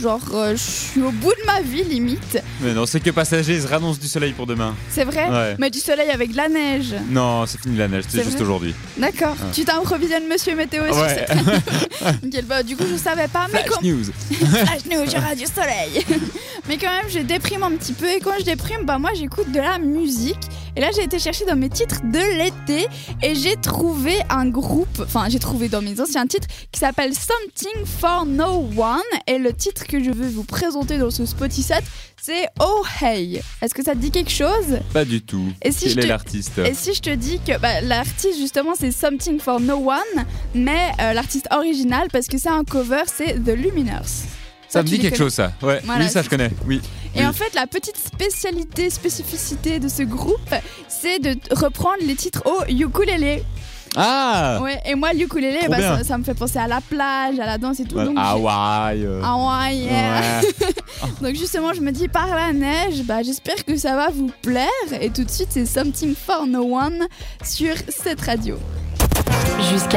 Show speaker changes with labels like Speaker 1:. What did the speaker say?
Speaker 1: Genre, euh, je suis au bout de ma vie limite.
Speaker 2: Mais non, c'est que passager, ils annoncent du soleil pour demain.
Speaker 1: C'est vrai
Speaker 2: Ouais.
Speaker 1: Mais du soleil avec de la neige.
Speaker 2: Non, c'est fini la neige,
Speaker 1: C'est
Speaker 2: c'est juste
Speaker 1: vrai
Speaker 2: aujourd'hui.
Speaker 1: D'accord.
Speaker 2: Ouais.
Speaker 1: Tu t'improvisionnes Monsieur Météo sur cette nickel. Bah, du coup, je savais pas, mais
Speaker 2: Flash
Speaker 1: quand
Speaker 2: news.
Speaker 1: Flash News, j'aurai du soleil. mais quand même, je déprime un petit peu. Et quand je déprime, bah, moi, j'écoute de la musique. Et là, j'ai été chercher dans mes titres de l'été. Et j'ai trouvé un groupe, enfin, j'ai trouvé dans mes anciens titres, qui s'appelle Something for No One. Et le titre que je vais vous présenter dans ce Spotify set, c'est Oh Hey. Est-ce que ça te dit quelque chose
Speaker 2: Pas du tout.
Speaker 1: Et si je
Speaker 2: Quel
Speaker 1: te-
Speaker 2: est l'artiste
Speaker 1: et si je te dis que bah, l'artiste justement c'est Something for No One, mais euh, l'artiste original parce que c'est un cover, c'est The Luminers.
Speaker 2: Ça me
Speaker 1: tu
Speaker 2: dit
Speaker 1: les
Speaker 2: quelque
Speaker 1: connais.
Speaker 2: chose, ça. Ouais.
Speaker 1: Voilà,
Speaker 2: oui, ça je
Speaker 1: c'est-
Speaker 2: connais. Oui.
Speaker 1: Et
Speaker 2: Oui.
Speaker 1: en fait, la petite spécialité, spécificité de ce groupe, c'est de t- reprendre les titres au ukulélé.
Speaker 2: Ah
Speaker 1: Ouais, et moi, le ukulélé,
Speaker 2: Trop
Speaker 1: bah,
Speaker 2: bien.
Speaker 1: ça, ça me fait penser à la plage, à la danse et tout.
Speaker 2: Voilà.
Speaker 1: donc j'ai-
Speaker 2: Hawaï. Ah, euh,
Speaker 1: Ah ouais, yeah.
Speaker 2: ouais.
Speaker 1: Donc justement, je me dis par la neige, bah j'espère que ça va vous plaire. Et tout de suite, c'est Something for No One sur cette radio.
Speaker 3: Jusqu'à